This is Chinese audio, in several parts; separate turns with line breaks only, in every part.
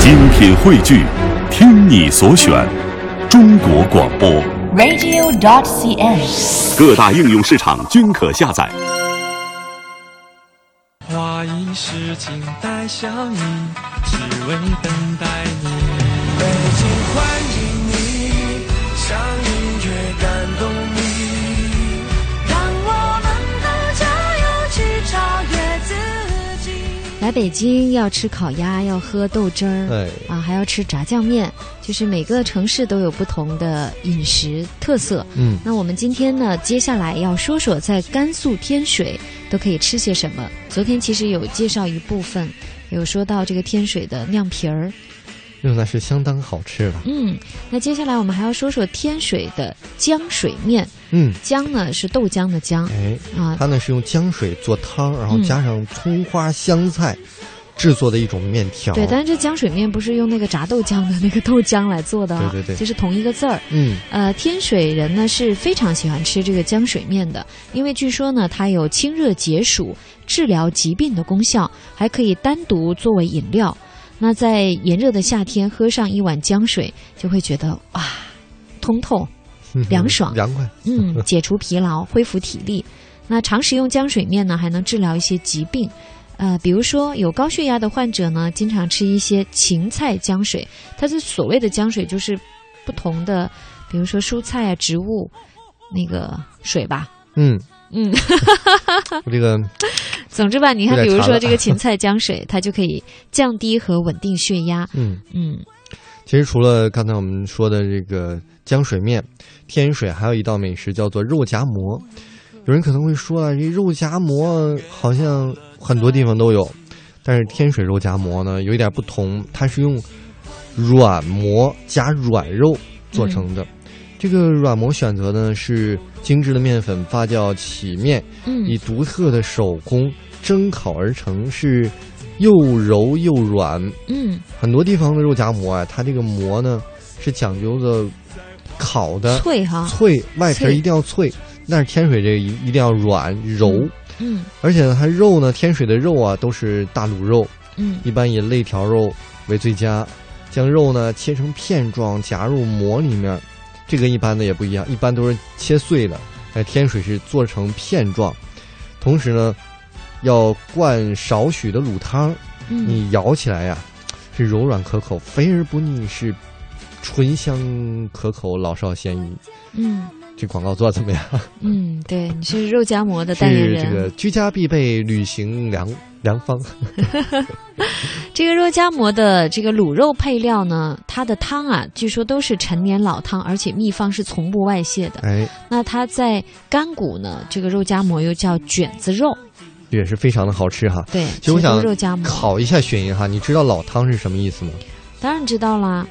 精品汇聚，听你所选，中国广播。
radio.cn。
各大应用市场均可下载。
花一世静待想你，只为等待你。北京欢迎你，像音乐感动你。
让我们的加油去超越自己。
来北京要吃烤鸭，要喝豆汁儿，
哎
啊，还要吃炸酱面，就是每个城市都有不同的饮食特色。
嗯，
那我们今天呢，接下来要说说在甘肃天水都可以吃些什么。昨天其实有介绍一部分，有说到这个天水的酿皮儿，
用的是相当好吃了。
嗯，那接下来我们还要说说天水的浆水面，
嗯，
浆呢是豆浆的浆
哎，
啊，
它呢是用浆水做汤，然后
嗯
加上葱花、香菜制作的一种面条。
对，但是这浆水面不是用那个炸豆浆的那个豆浆来做的啊，
对对对
就是同一个字儿。
嗯，
呃，天水人呢是非常喜欢吃这个浆水面的，因为据说呢它有清热解暑、治疗疾病的功效，还可以单独作为饮料。那在炎热的夏天，喝上一碗浆水，就会觉得哇，通透，凉爽
嗯凉快。
嗯，解除疲劳，恢复体力。那常食用浆水面呢，还能治疗一些疾病，呃，比如说有高血压的患者呢，经常吃一些芹菜浆水。它是所谓的浆水，就是不同的，比如说蔬菜啊、植物那个水吧。
嗯，
嗯，
我这个
总之吧，你看，
有
比
点
如
馋
说
了
这个芹菜浆水，它就可以降低和稳定血压。
嗯，
嗯，
其实除了刚才我们说的这个浆水面，天水还有一道美食叫做肉夹馍。有人可能会说啊，这肉夹馍好像很多地方都有，但是天水肉夹馍呢有一点不同，它是用软馍加软肉做成的。这个软馍选择呢是精致的面粉发酵起面，
嗯
以独特的手工蒸烤而成，是又柔又软，
嗯，
很多地方的肉夹馍啊，它这个馍呢是讲究的烤的
嗯脆哈，
脆外皮儿
脆
一定要脆，但是天水这个一一定要软柔，
嗯
而且呢它肉呢，天水的肉啊都是大卤肉，
嗯
一般以肋条肉为最佳，将肉呢切成片状夹入馍里面，这跟一般的也不一样，一般都是切碎的，但天水是做成片状，同时呢要灌少许的卤汤。
嗯，
你咬起来呀、是柔软可口，肥而不腻，是醇香可口，老少咸宜。
嗯
这广告做得怎么样？
嗯，对，你是肉夹馍的代言
是
人。
这个居家必备，旅行良良 方。
这个肉夹馍的这个卤肉配料呢，它的汤啊，据说都是陈年老汤，而且秘方是从不外泄的。
哎，
那它在甘谷呢，这个肉夹馍又叫卷子肉，
也是非常的好吃哈。
对，
其实我
成都
想
肉夹馍，
考一下雪莹哈，你知道老汤是什么意思吗？
当然知道啦。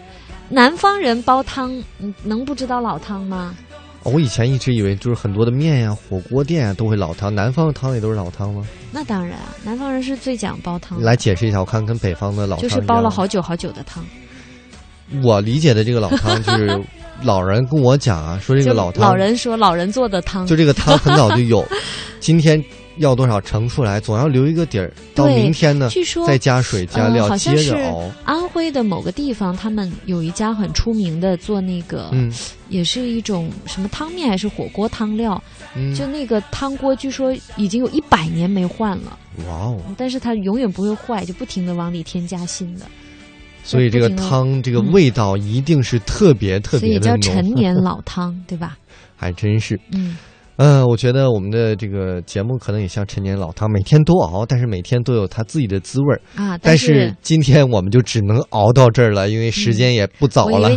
南方人煲汤，嗯能不知道老汤吗？
哦我以前一直以为就是很多的面呀、火锅店啊都会老汤，南方的汤也都是老汤吗？
那当然，啊南方人是最讲煲汤
你
的，
来解释一下，我看跟北方的老
嗯
汤
就是
一
煲了
样
好久好久的汤。
我理解的这个老汤就是 老人跟我讲啊，说这
就
个老汤
老人说老人做的汤，
就这个汤很早就有，今天要多少盛出来，总要留一个底儿，到
对
明天呢
据说
再加水加
呃
料、
好像
接着
是
熬。
安徽的某个地方，他们有一家很出名的做那个，
嗯
也是一种什么汤面还是火锅汤料，
嗯，
就那个汤锅据说已经有一百年没换了，
哇哦！
但是它永远不会坏，就不停的往里添加新的，
所以这个
不停地
汤这个
嗯
味道一定是特别特
所以
别的
叫
浓，
陈年老汤，对吧？
还真是。
嗯，
呃，我觉得我们的这个节目可能也像陈年老汤，每天都熬，但是每天都有它自己的滋味儿。
啊，
但
是嗯
今天我们就只能熬到这儿了，因为时间也不早
我以
了。
为